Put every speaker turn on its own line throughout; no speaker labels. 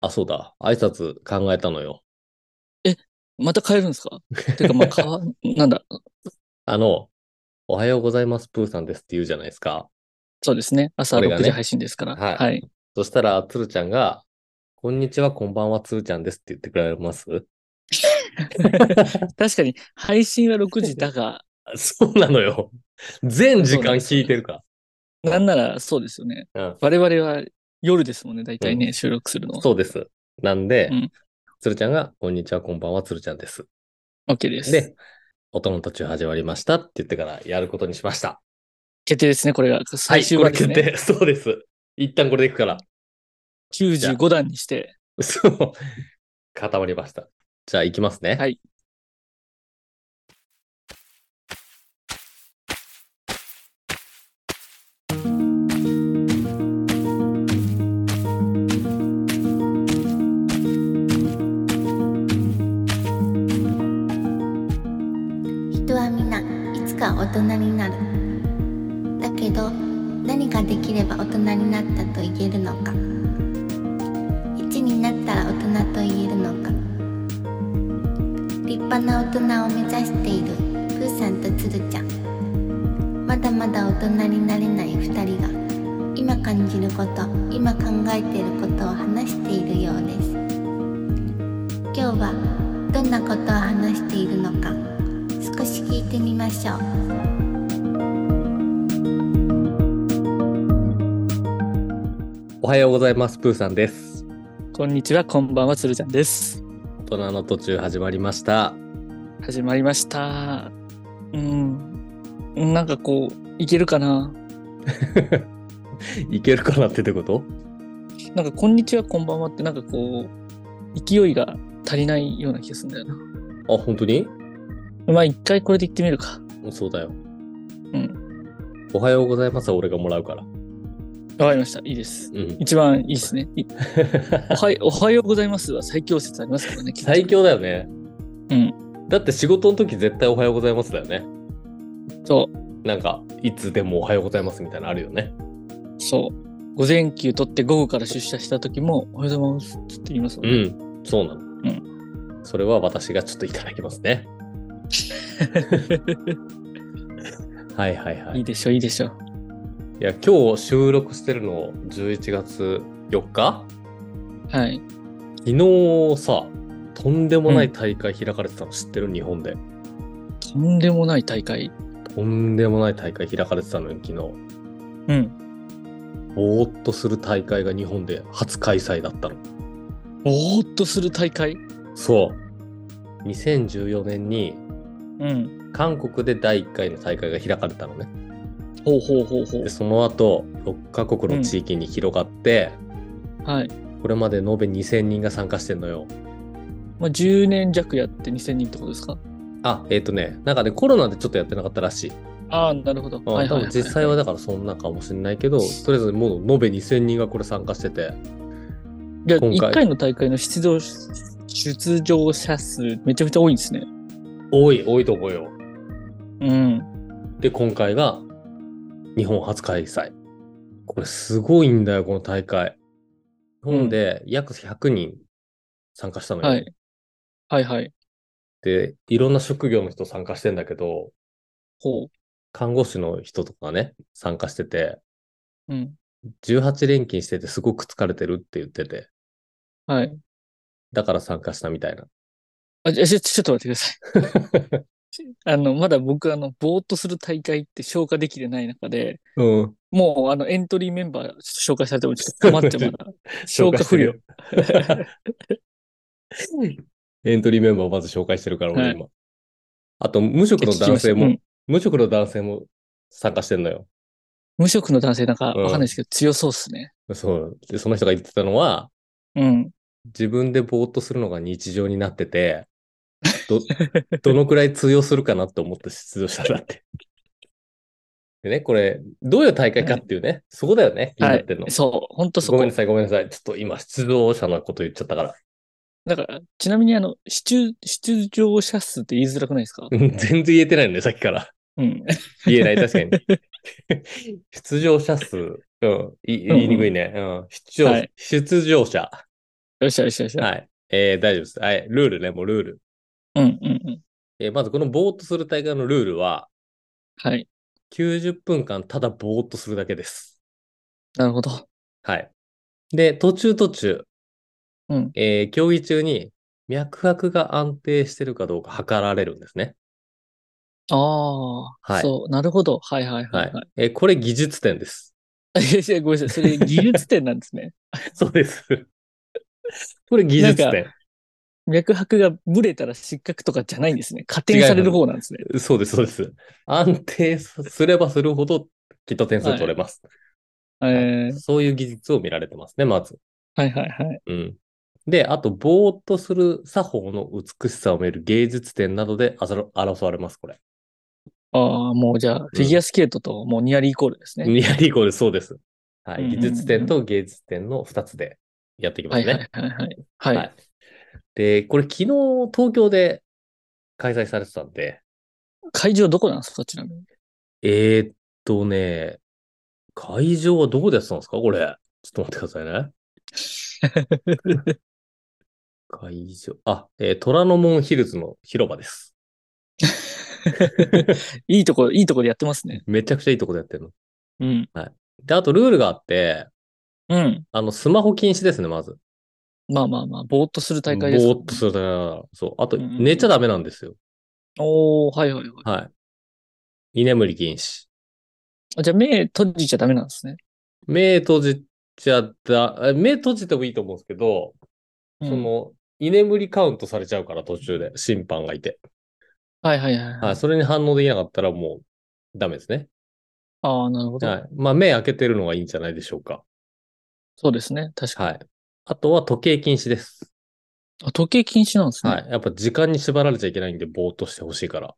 あ、そうだ。挨拶考えたのよ。
また変えるんです かてか、まあ、かわ、なんだ、
あの、おはようございます、プーさんですって言うじゃないですか。
そうですね。朝
これが
6
ね
時配信ですから。
はい
はい。
そしたら、つるちゃんが、こんにちは、こんばんは、つるちゃんですって言ってくれます
確かに、配信は6時だが、
あそうなのよ。全時間聞いてるか
なんならそうですよね。
ら。うん。
我々は夜ですもんね、大体ね、
う
収録するのは。
そうです。なんで
うん、
つるちゃんが、こんにちは、こんばんは、つるちゃんです。
OK です。
で、音の途中始まりましたって言ってからやることにしました。
決定ですね、これが。
は
最
い、
終
こ
話
れ
です
決
ね。
定。そうです。 一旦これでいくから。
95段にして、
そう。固まりました。じゃあ、行きますね。
はい
人はみんないつか大人になるだけど何ができれば大人になったと言えるのか1になったら大人と言えるのか立派な大人を目指しているプーさんとつるちゃんまだまだ大人になれない2人が今感じること今考えていることを話しているようです今日はどんなことを話しているのか少し聞いてみましょう
おはようございます、プーさんです。
こんにちは、こんばんは、つるちゃんです。
大人の途中始まりました。
始まりました。うん。なんかこう、いけるかない
けるかなってってこと
なんか、こんにちは、こんばんはって、なんかこう、勢いが足りないような気がするんだよな。
あ、本当に
まあ、一回これで言ってみるか。
そうだよ。
うん。
おはようございますは俺がもらうから。
わかりました。いいです。
うん。
一番いいですね。 いおはようおはようございますは最強説ありますからね。きっと
最強だよね。
うん。
だって仕事の時絶対おはようございますだよね。
そう。
なんか、いつでもおはようございますみたいなのあるよね。
そう。午前休取って午後から出社した時も、おはようございますって言いますもん
う
ね。
ん。そうなの。うん。それは私がちょっといただきます ね。はいはいはい
いい。でしょ、いいでしょ。
いや、今日収録してるの11月4日
はい。
昨日さ、とんでもない大会開かれてたの知ってる、日本で。
とんでもない大会。
とんでもない大会開かれてたのに昨日。
うん。
ぼーっとする大会が日本で初開催だったの。
ぼーっとする大会。
そう。2014年に
うん。
韓国で第1回の大会が開かれたのね。
ほうほうほうほ
で、その後、6カ国の地域に広がって、
う。はい。
これまで延べ2000人が参加してんのよ。
まあ、10年弱やって2000人ってことですか
あ、えっ、とね、なんかね、コロナでちょっとやってなかったらしい。
ああ、なるほど。
うん
はいはい、はい。
多分実際はだからそんなかもしれないけど、とりあえずもう延べ2000人がこれ参加してて、
じゃあ、
今回
1回の大会の出場、出場者数、めちゃめちゃ多いんですね。
多い、多いと思うよ。
うん。
で、今回が日本初開催。これすごいんだよ、この大会。日本で約100人参加したのよ。
はい。はいはい。
で、いろんな職業の人参加してんだけど、
ほ
看護師の人とかね、参加してて、
う。うん。
18連勤しててすごく疲れてるって言ってて、
はい。
だから参加したみたいな。
あ、じゃあちょ、ちょっと待ってください。 あの、まだ僕、あの、ぼーっとする大会って消化できてない中で、
うん。
もう、あの、エントリーメンバー、ちょっと紹介されても、ちょっと困って、ま だ。消化不良。
エントリーメンバーをまず紹介してるから、
は
俺
い
今。あと、無職の男性も、
うん
無職の男性も参加してんのよ。
無職の男性なんか、わ
うん
かんないですけど、強そうっすね。
そう。で、その人が言ってたのは、
うん。
自分でぼーっとするのが日常になってて、 ど、どのくらい通用するかなって思って出場したんだって。でね、これ、どういう大会かっていうね、そこだよね、気に
は
なっ
い
てんの。。
そう、ほんとそ
ごめん
こ
な。さい、ごめんなさい。ちょっと今、出場者のこと言っちゃったから。
だから、ちなみに、あの、出、出場者数って言いづらくないですか
うん全然言えてないのね、さっきから。
うん。
言えない、確かに。出場者数。うん、い言いにくいね。うん、出場、
はい
出場者。
よっしゃよっしゃよっしゃ。
はい。えー大丈夫です。はい。ルールね、もうルール。
うんうんうん。
えーまずこのぼーっとする大会のルールは、
はい。
90分間ただぼーっとするだけです。
なるほど。
はい。で、途中途中、
うん
えー競技中に脈拍が安定してるかどうか測られるんですね。
ああ、
はい
そう、なるほど。はいはいは
はい
い、は
えーこれ技術点です。
い。いやい や、ごめんなさい。それ技術点なんですね。
そうです。 これ技術点。
脈拍がブレたら失格とかじゃないんですね。加点される方なんですね。
そうです、そうです。安定すればするほど、きっと点数取れます、
えー
そういう技術を見られてますね、まず。
はいはいはい。
うん。で、あと、ぼーっとする作法の美しさを見る芸術点などであざろ争われます、これ。
ああ、もうじゃあ、フィギュアスケートともうニアリーイコールですね。
ニアリーイコールそうです。は
うん
い。
うんうん
技術点と芸術点の2つでやっていきま
は
す
い
ね。
はいはいはい。はい。
はいで、これ昨日東京で開催されてたんで、
会場どこなんですかちなみに。
えー、っとね、会場はどこでやってたんですかこれ。ちょっと待ってくださいね。 会場。あ、えー虎ノ門ヒルズの広場です。
いいとこ、いいとこでやってますね。
めちゃくちゃいいとこでやってるの。
うん。
で、あとルールがあって、
うん。
あの、スマホ禁止ですね、まず。
まあまあまあ、ぼーっとする大会です、
ぼーっとする大会そう。あと、
うんうん
寝ちゃダメなんですよ。
おー、はいはいは
はい。居眠り禁止。
い。じゃあ、目閉じちゃダメなんですね。
目閉じちゃった、え目閉じてもいいと思うんですけど、
うん
その、居眠りカウントされちゃうから途中で審判がいて。
はいはいはい。は、
はいい。それに反応できなかったらもうダメですね。
ああ、なるほど、
はい。まあ目開けてるのがいいんじゃないでしょうか。
そうですね。確か
は
に。
い。あとは時計禁止です。
あ時計禁止なんですね。
はい。やっぱ時間に縛られちゃいけないんでぼーっとしてほしいから。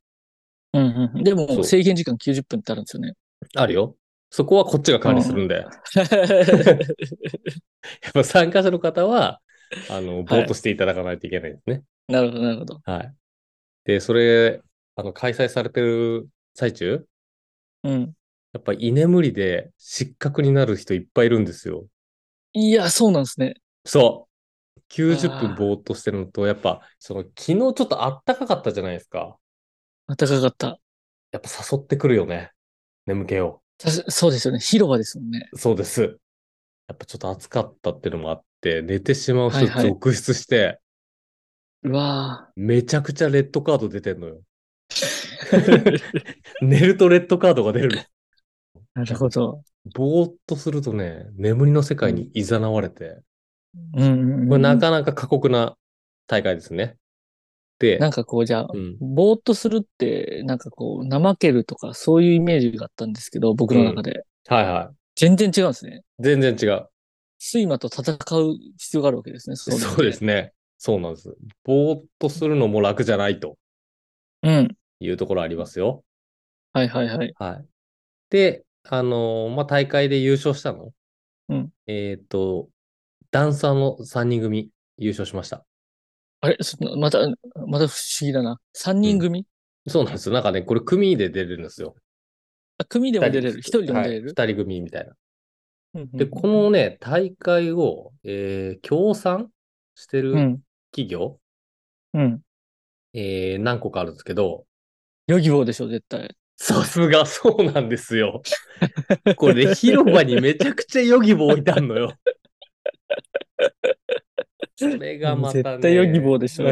うんうん、で
そ
も、
う
制限時間90分ってあるんですよ ね。
あるよ。そこはこっちが管理するんで。やっぱ参加者の方は、あの、ぼーっとしていただかないといけないですね。
なるほど、なるほど。
はい。で、それ、あの、開催されてる最中、
うん。
やっぱ居眠りで失格になる人いっぱいいるんですよ。
いや、そうなんですね。
そう。90
あ
分
ー
ぼーっとしてるのと、やっぱ、その、昨日ちょっとあったかかったじゃないですか。
暖かかった。
やっぱ誘ってくるよね。眠気を。
たしそうですよね。広場ですもんね。
そうです。やっぱちょっと暑かったっていうのもあって、寝てしまう人
はいはい
続出して、
うわ
めちゃくちゃレッドカード出てん のよ。
ー
寝るとレッドカードが出るの。
なるほど。
ぼーっとするとね、眠りの世界に誘われて、
うんうんうん
これなかなか過酷な大会ですね。で、
なんかこう、じゃあ、
うん、
ぼーっとするって、なんかこう、怠けるとか、そういうイメージがあったんですけど、僕の中で。
はいはい。
全然違うんですね。
全然違う。
睡魔と戦う必要があるわけですね。
そう
なると
です。ね。そうなんです。ぼーっとするのも楽じゃないと
うん。
いうところありますよ。
はいはいはい。
はい。で、あのーまあ、大会で優勝したの。
うん
えっ、と、ダンサーの3人組優勝しました。
あれそまた、また不思議だな。三人組、
そうなんですよ。なんかね、これ組で出れるんですよ。
あ組でも出れる。一人でも出れる、
はい、2人組みたいな。
うんうん
で、このね、大会を、えー、協賛して
う
る
ん。
企業、
うん。
えー、何個かあるんですけど、
ヨギボーでしょ、絶対。
さすがそうなんですよ。 これ、ね、広場にめちゃくちゃヨギボー置いてあんのよ。それがまたね。
絶対ヨギボーでしょ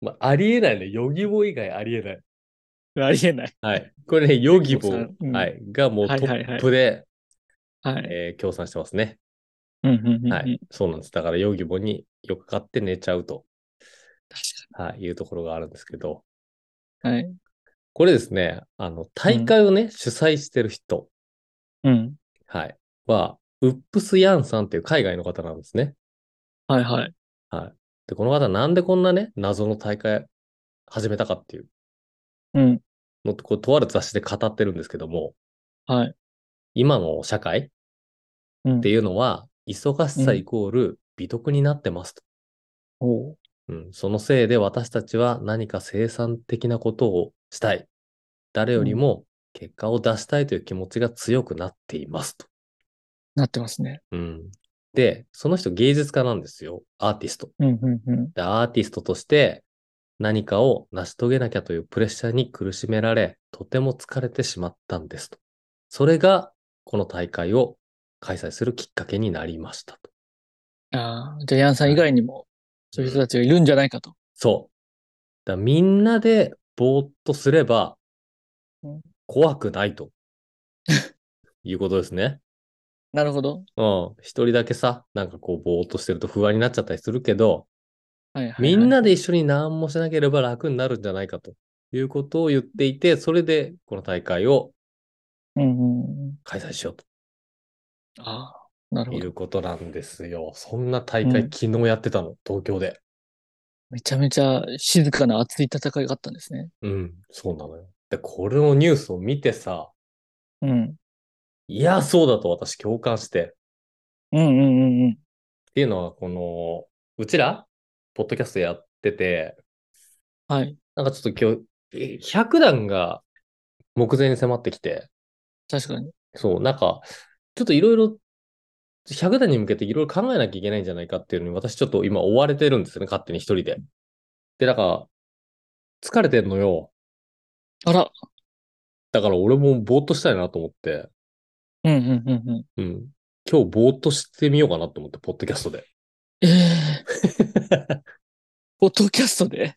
まあ、ありえないね。ヨギボー以外ありえない。
ありえない。
はい。これね、ヨギボ
協
ー
賛、うん
はい、がもうト
はいはいはい
ップで、
はい。
えー協賛してますね。
うんうんうん。
は。い。そうなんです。だからヨギボーによくかかって寝ちゃうと、
確
はい、いうところがあるんですけど、
かに。はい。
これですね、あの、大会をね、主催してる人、
うん。
はい。は、ウップス・ヤンさんっていう海外の方なんですね。
はいはい。
で、この方なんでこんなね、謎の大会始めたかっていう
うん。
のをこう、とある雑誌で語ってるんですけども、
はい。
今の社会っ
うん
ていうのは、忙しさイコール美徳になってますと。
おう
うん、そのせいで私たちは何か生産的なことをしたい。誰よりも結果を出したいという気持ちが強くなっていますと。
なってますね。
うん。で、その人芸術家なんですよ。アーティスト。
うんうんうん。
で、アーティストとして何かを成し遂げなきゃというプレッシャーに苦しめられ、とても疲れてしまったんですと。それが、この大会を開催するきっかけになりましたと。
ああ、じゃあヤンさん以外にも、そういう人たちがいるんじゃないかと。
そう。だからみんなでぼーっとすれば
うん、
怖くない と。いうことですね。
なるほど。
うん。一人だけさ、なんかこう、ぼーっとしてると不安になっちゃったりするけど、
はいはい、はい。
みんなで一緒に何もしなければ楽になるんじゃないかということを言っていて、それでこの大会を
うんうんうん。
開催しよう
ああ、なる
と
ほ
い
ど。
うことなんですよ。そんな大
う
会
ん
昨日やってたの、東京で。
めちゃめちゃ静かな熱い戦いがあったんですね。
うん、そうなのよ。で、これのニュースを見てさ、
うん。
いや、そうだと私共感して。
うんうんうんうん。
っていうのは、この、うちら、ポッドキャストやってて、
はい。
なんかちょっと今日、100段が目前に迫ってきて、
確かに。
そう、なんか、ちょっといろいろ、100段に向けていろいろ考えなきゃいけないんじゃないかっていうのに、私ちょっと今追われてるんですよね、勝手に一人で。で、なんか、疲れてんのよ。
あら。
だから俺もぼーっとしたいなと思って、
うんうんうんうん。
うん。今日ぼーっとしてみようかなと思って、ポッドキャストで。
ええポッドキャストで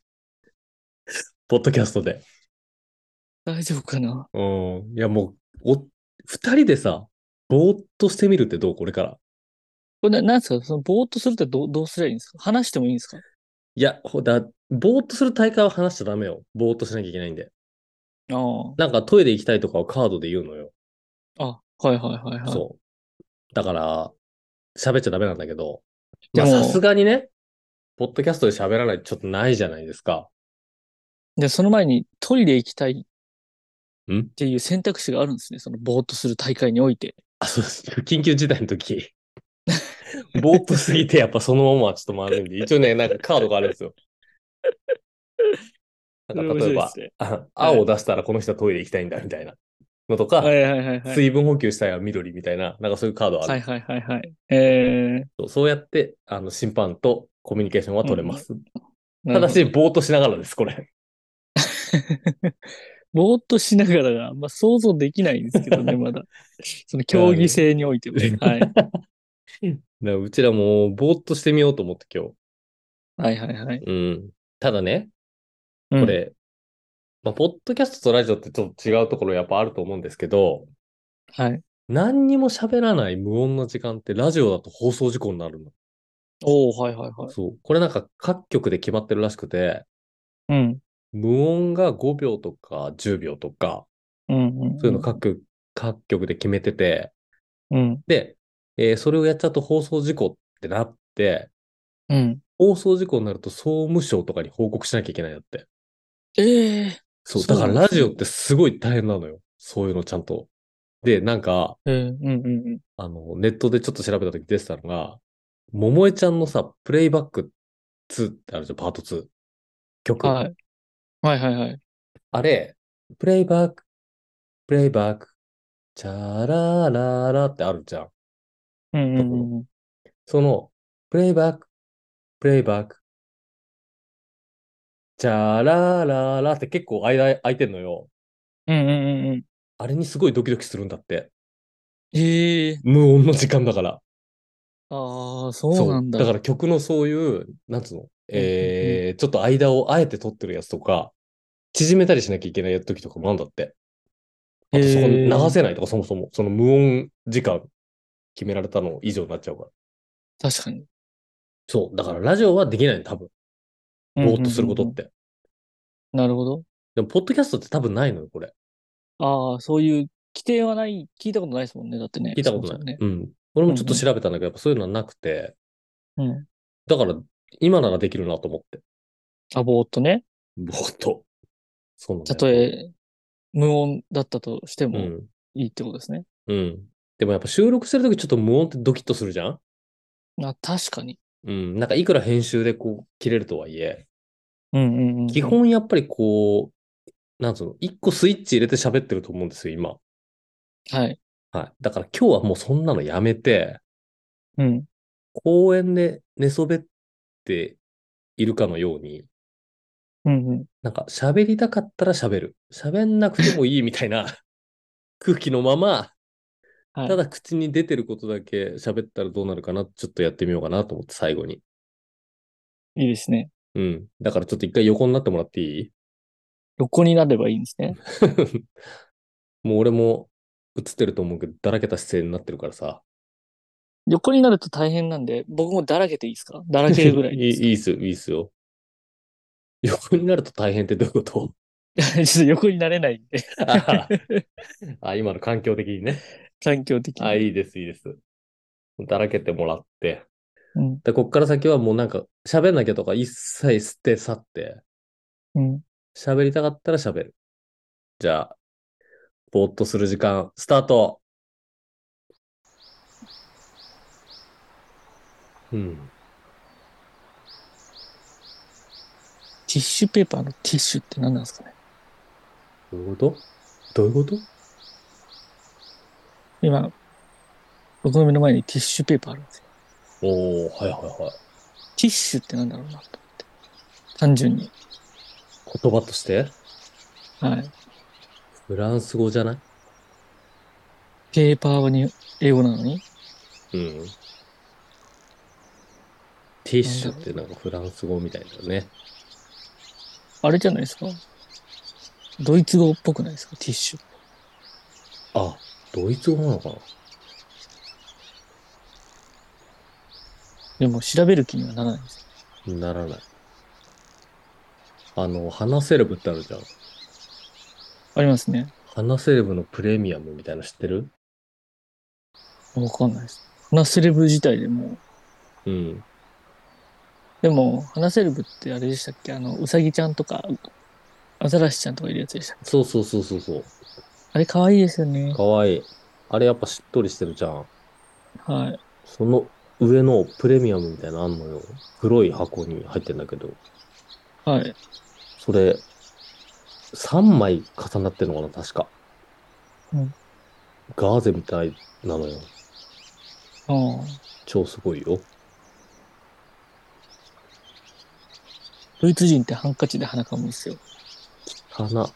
ポッドキャストで。
大丈夫かな
うん。いや、もう、お、二人でさ、ぼーっとしてみるってどうこれから。
これな、なんですかその、ぼーっとするってどう、どうすりゃいいんですか話してもいいんですか
いや、ほだ、ぼーっとする大会は話しちゃダメよ。ぼーっとしなきゃいけないんで。
ああ。
なんかトイレ行きたいとかをカードで言うのよ。
あ、はいはいはいはい。
そう。だから、喋っちゃダメなんだけど。
で
まあ、
も
さすがにね、ポッドキャストで喋らないちょっとないじゃないですか。
で、その前にトイレ行きたい
ん
っていう選択肢があるんですね。その、ぼーっとする大会において。
あ、そうです。緊急事態の 時。ぼーっとすぎて、やっぱそのままはちょっとまずいんで、一応ね、なんかカードがあるん ですよ。なんか例えば、
それ面
あ 青を出したらこの人はトイレ行きたいんだみたいなのとか、
白いですねはいはいはいはい。
水分補給したいは緑みたいな、なんかそういうカードある。
はいはいはいはい。え
そうそうやって、あの、審判とコミュニケーションは取れます。
ー、
ただし、
なる
ぼーっとしながらです、これ。
ほど、ぼーっとしながらが、まあ、想像できないんですけどね、まだ。その、競技性においても。はい。
だからうちらも、ぼーっとしてみようと思って今
はいはいはい。
日。うん。ただね、
う
こ。
ん
れ、まあ、ポッドキャストとラジオってちょっと違うところやっぱあると思うんですけど、
はい。
何にも喋らない無音の時間ってラジオだと放送事故になるの。
おー、はいはいはい。
そう。これなんか各局で決まってるらしくて、
うん。
無音が5秒とか10秒とか、
うん、うん。
そういうの各,、各局で決めてて、
うん。
で、えーそれをやっちゃうと放送事故ってなって、
うん。
放送事故になると総務省とかに報告しなきゃいけないんだって。
ええー。
そう。
そ
だ
う
か
なん
ら
だ
ラジオってすごい大変なのよ。そういうのちゃんと。で、なんか、
うんうんうんうん。
あの、ネットでちょっと調べた時出てたのが、桃江ちゃんのさ、プレイバック2ってあるじゃん、パート2。曲。
はい。はいはいはい。
あれ、プレイバック、プレイバック、チャラララってあるじゃん。
うんうんうんうん。
その、プレイバック、プレイバック、チャラララって結構間空いてんのよ。
うんうんうんうん。
あれにすごいドキドキするんだって。
ええ
無音の時間だから。
ああ、そうなんだ。
だから曲のそういう、なんつうの、えー、ちょっと間をあえて取ってるやつとか、縮めたりしなきゃいけない時とかもあんだって。あとそこ
へ
流
ー
せないとか、そもそも、その無音時間決められたの以上になっちゃうから。
確かに。
そう。だからラジオはできないの、多分。ぼーっとすること
う
っ
んうん
て。
うん。なるほど。
でも、ポッドキャストって多分ないのよ、これ。
ああ、そういう規定はない、聞いたことないですもんね。だってね。
聞いたこと
そ
ない。
もそもね。
うん。俺もちょっと調べたんだけど、やっぱそういうのはなくて、
うん。
だから、今ならできるなと思って。
あ、ぼーっとね。
ぼーっと。そうなんだ
た
よ
とえ、無音だったとして
う
も
ん。
いいってことですね。
うん。でもやっぱ収録してるときちょっと無音ってドキッとするじゃん
あ、確かに。
うん。なんかいくら編集でこう切れるとはいえ、
うんうんうん。
基。本やっぱりこう、なんつうの、一個スイッチ入れて喋ってると思うんですよ、今。
はい。
はい。だから今日はもうそんなのやめて、
うん。
公園で寝そべっているかのように、
うんうん。
なんか喋りたかったら喋る。喋んなくてもいいみたいな 空気のまま、
はい
ただ口に出てることだけ喋ったらどうなるかな、ちょっとやってみようかなと思って最後に。
いいですね。
うん。だからちょっと一回横になってもらっていい
横になればいいんですね。
もう俺も映ってると思うけど、だらけた姿勢になってるからさ。
横になると大変なんで、僕もだらけていいですかだらけるぐらい
い
で
い
いい
いいっすよ、いいっすよ。横になると大変ってどういうこと
です。 ちょっと横になれないんで、
ああ、今の環境的にね。
環境的に。
あ、いいです、いいです。だらけてもらって。
うん。
で、こっから先はもうなんか、喋んなきゃとか一切捨て去って、
うん。
喋りたかったら喋る。じゃあ、ぼーっとする時間、スタートうん。
ティッシュペーパーのティッシュって何なんですかね
どういうことどういうこと
今、僕の目の前にティッシュペーパーあるんですよ。
おー、はいはいはい。
ティッシュってなんだろうなと思って。単純に。
言葉として
はい。
フランス語じゃない
ペーパーはに英語なのに。
うん。ティッシュってなんかフランス語みたいだね。
あれじゃないですかドイツ語っぽくないですかティッシュ。
あ、ドイツ語なのかな
でも調べる気にはならないんです。
ならない。あの、花セレブってあるじゃん。
ありますね。
花セレブのプレミアムみたいなの知ってる
わかんないです。花セレブ自体でも、
うん。
でも、花セレブってあれでしたっけあの、うさぎちゃんとか、アザラシちゃんとかいるやつでしたっけ
そうそうそうそうそう。
あれ可愛いですよね。
かわいい。あれやっぱしっとりしてるじゃん。
はい。
その上のプレミアムみたいなのあんのよ。黒い箱に入ってんだけど。
はい。
それ、3枚重なってるのかな確か。
うん
ガーゼみたいなのよ。
ああ。
超すごいよ。
ドイツ人ってハンカチで鼻かむんですよ。
花。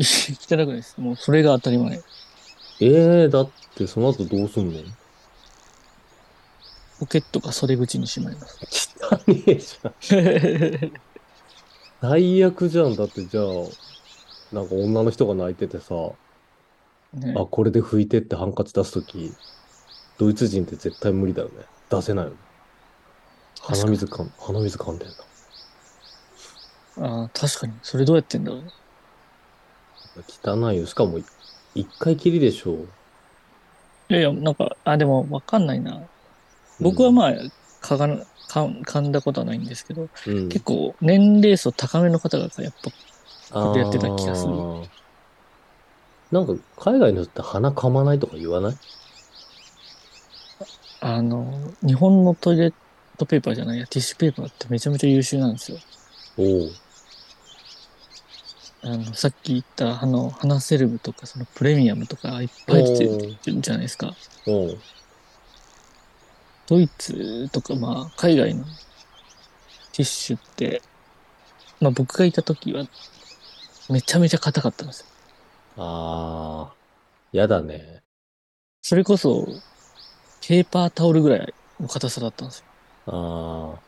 汚くないです。もうそれが当たり前。
ええー、だってその後どうすんの
ポケットが袖口にしまいます。
汚ねえじゃん。最悪じゃん。だってじゃあ、なんか女の人が泣いててさ、
ね
あ、これで拭いてってハンカチ出すとき、ドイツ人って絶対無理だよね。出せないよね。
確
鼻
かに
水かん、鼻水噛んでんだ。
あー確かに。それどうやってんだろう。
汚いよ。しかも、一回きりでしょう。
いやいや、なんか、あ、でもわかんないな。僕は
あ、
まあ、かがな、かん、噛んだことはないんですけど、
うん
結構年齢層高めの方がやっぱ、
あ
やってた気がする
ーなんか、海外の人って鼻噛まないとか言わない
あの、日本のトイレットペーパーじゃないや、ティッシュペーパーってめちゃめちゃ優秀なんですよ。
おう。
あの、さっき言った、あの、花セレブとか、そのプレミアムとかいっぱい来てるじゃないですか。
おう。
ドイツとか、まあ、海外のティッシュって、まあ僕がいた時は、めちゃめちゃ硬かったんですよ。
ああ、やだね。
それこそ、ペーパータオルぐらいの硬さだったんですよ。
ああ。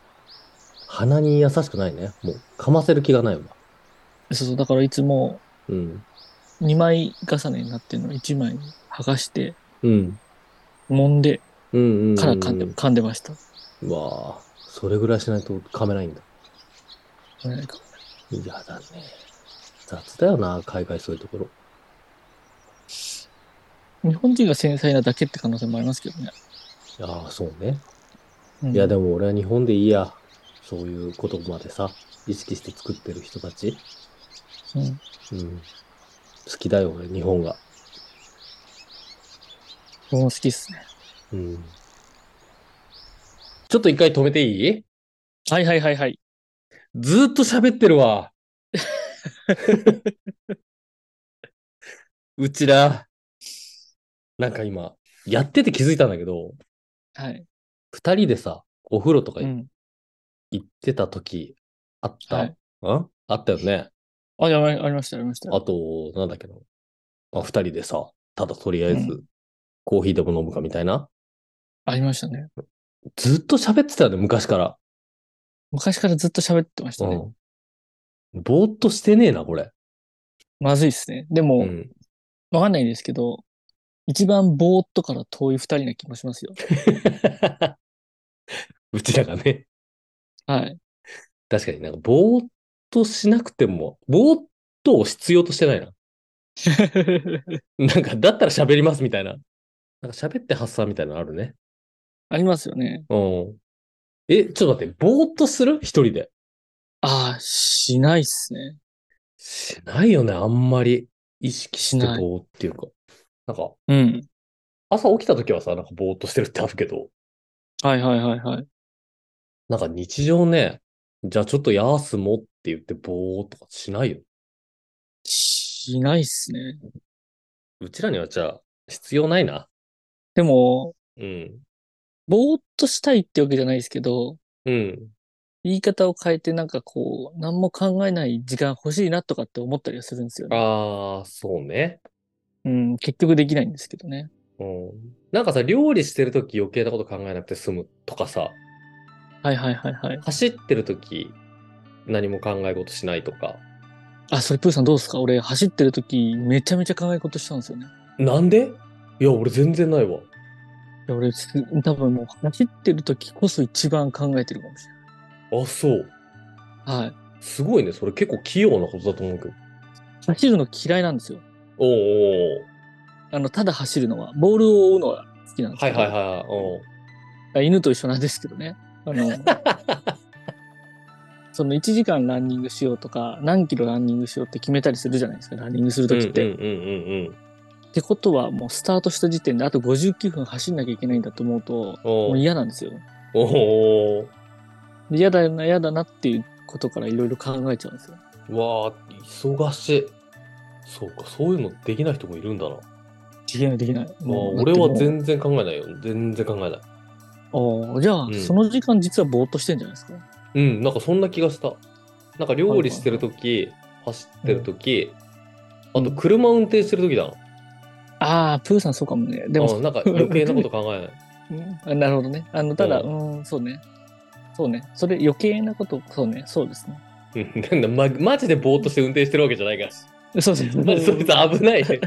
鼻に優しくないね。もう、噛ませる気がないわ。
そうそう、だからいつも
うん。
2枚重ねになってるのを1枚剥がして、
うん。
揉んで
うんうんうん、うん。
から噛んで、噛んでました。
うわあ、それぐらいしないと噛めないんだ。
なんか
やだね。雑だよな、海外そういうところ。
日本人が繊細なだけって可能性もありますけどね。
ああ、そうね。
う
い
ん
や、でも俺は日本でいいや。そういうことまでさ、意識して作ってる人たち。
うん
うん。好きだよ、俺、日本が。
僕も好きっすね。
うん。ちょっと一回止めていい
はいはいはいはい。
ずーっと喋ってる わ。うちら、なんか今、やってて気づいたんだけど、
はい。
二人でさ、お風呂とか
うん。
行ってた時、あった、
はい
んあったよね。
あ、やばい、ありました、ありました。
あと、なんだっけな。まあ、二人でさ、ただとりあえ
う
ず、コーヒーでも飲むかみたいな。
ありましたね。
ずっと喋ってたよね、昔から。
昔からずっと喋ってましたね。
うん。ぼーっとしてねえな、これ。
まずいっすね。で
う
も、
ん。
わかんないですけど、一番ぼーっとから遠い二人な気もしますよ。
うちらがね、
はい。
確かになんかぼーっとしなくても、ぼーっとを必要としてないな。 なんか、だったら喋りますみたいな。なんか喋って発散みたいなのあるね。
ありますよね。
うん。え、ちょっと待って、ぼーっとする一人で。
ああ、しないっすね。
しないよね、あんまり。意識して
しない
ぼーっていうか。なんか、
うん。
朝起きた時はさ、なんかぼーっとしてるってあるけど、
はいはいはいはい。
なんか日常ね、じゃあちょっと休もうって言ってぼーっとかしないよ。
しないっすね。
うちらにはじゃあ必要ないな。
でも、
うん。
ぼーっとしたいってわけじゃないですけど、
うん。
言い方を変えてなんかこう、何も考えない時間欲しいなとかって思ったりはするんですよね。
ああ、そうね。
うん、結局できないんですけどね。
うん。なんかさ、料理してるとき余計なこと考えなくて済むとかさ、
はいはいはいはい。
走ってるとき何も考え事しないとか。
あ、それプーさんどうですか俺走ってる時めちゃめちゃ考え事したんですよね。
なんでいや、俺全然ないわ。
いや俺す多分もう走ってる時こそ一番考えてるかもしれ
あ、そう。
ない。はい。
すごいね。それ結構器用なことだと思うけど。
走るの嫌いなんですよ。
おうおう
あの、ただ走るのは、ボールを追うのは好きなん
おう
です
はい
けど、
はいはい。うん
い、犬と一緒なんですけどね。あの、 その1時間ランニングしようとか、何キロランニングしようって決めたりするじゃないですか、ランニングするときって。
うんうんうんうん
ってことは、もうスタートした時点であと59分走んなきゃいけないんだと思うと、
お
も
う
う嫌なんですよ。
おうおう
で嫌だな、嫌だなっていうことからいろいろ考えちゃうんですよ。
うわあ、忙しい。そうか、そういうのできない人もいるんだな。
できない、できない。
まあ、
もう
俺は
だっても
全然考えないよ。全然考えない。
うああ、じゃあ、
うん
その時間実はぼーっとしてんじゃないですか。
うん、なんかそんな気がした。なんか料理してるとき、走ってるとき、
うん
あと車運転してるときだな。
ああ、プーさんそうかもね。でも、
うん、なんか余計なこと考えない。
うんあなるほどね。あの、ただ、
う
うーん、そうね。そうね。それ余計なこと、そうね。そうですね。
うんなんだま、マジでぼーっとして運転してるわけじゃないから。
そうです
マ ジそいつ危ないね。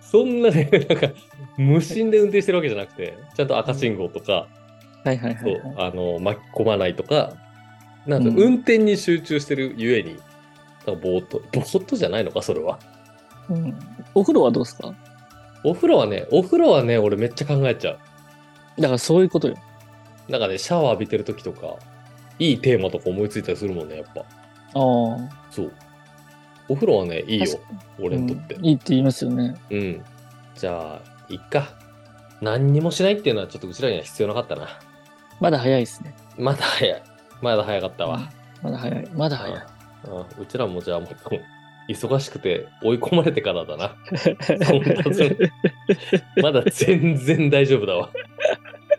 そんなね、なんか無心で運転してるわけじゃなくて、ちゃんと赤信号とか、
はいはいは
そ
いうはい。、
あの、巻き込まないとか、なんか
うん
運転に集中してるゆえに、なんかぼーっと、ぼーっとじゃないのか、それは。
うん。お風呂はどうですか
お風呂はね、お風呂はね、俺めっちゃ考えちゃう。
だからそういうことよ。
なんかね、シャワー浴びてる時とか、いいテーマとか思いついたりするもんね、やっぱ。
ああ。
そう。お風呂はね、いいよ
確、
俺にとって。
うんいいって言いますよね。
うん。じゃあ、いっか。何にもしないっていうのは、ちょっとうちらには必要なかったな。
まだ早いですね。
まだ早い。まだ早かったわ。
まだ早い。まだ早い。
うん、うちらもじゃあ、もっと忙しくて追い込まれてからだな。 そうだねまだ全然大丈夫だわ。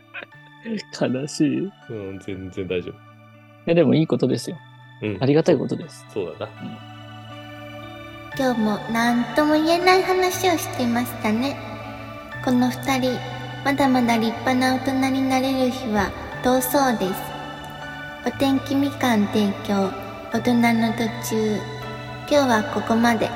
悲しい。い
うん、全然大丈
や、でもいいことですよ。
夫。うん。
ありがたいことです。
そうだな。
今日も何とも言えない話をしていましたねこの2人まだまだ立派な大人になれる日は遠そうですお天気みかん提供大人の途中今日はここまで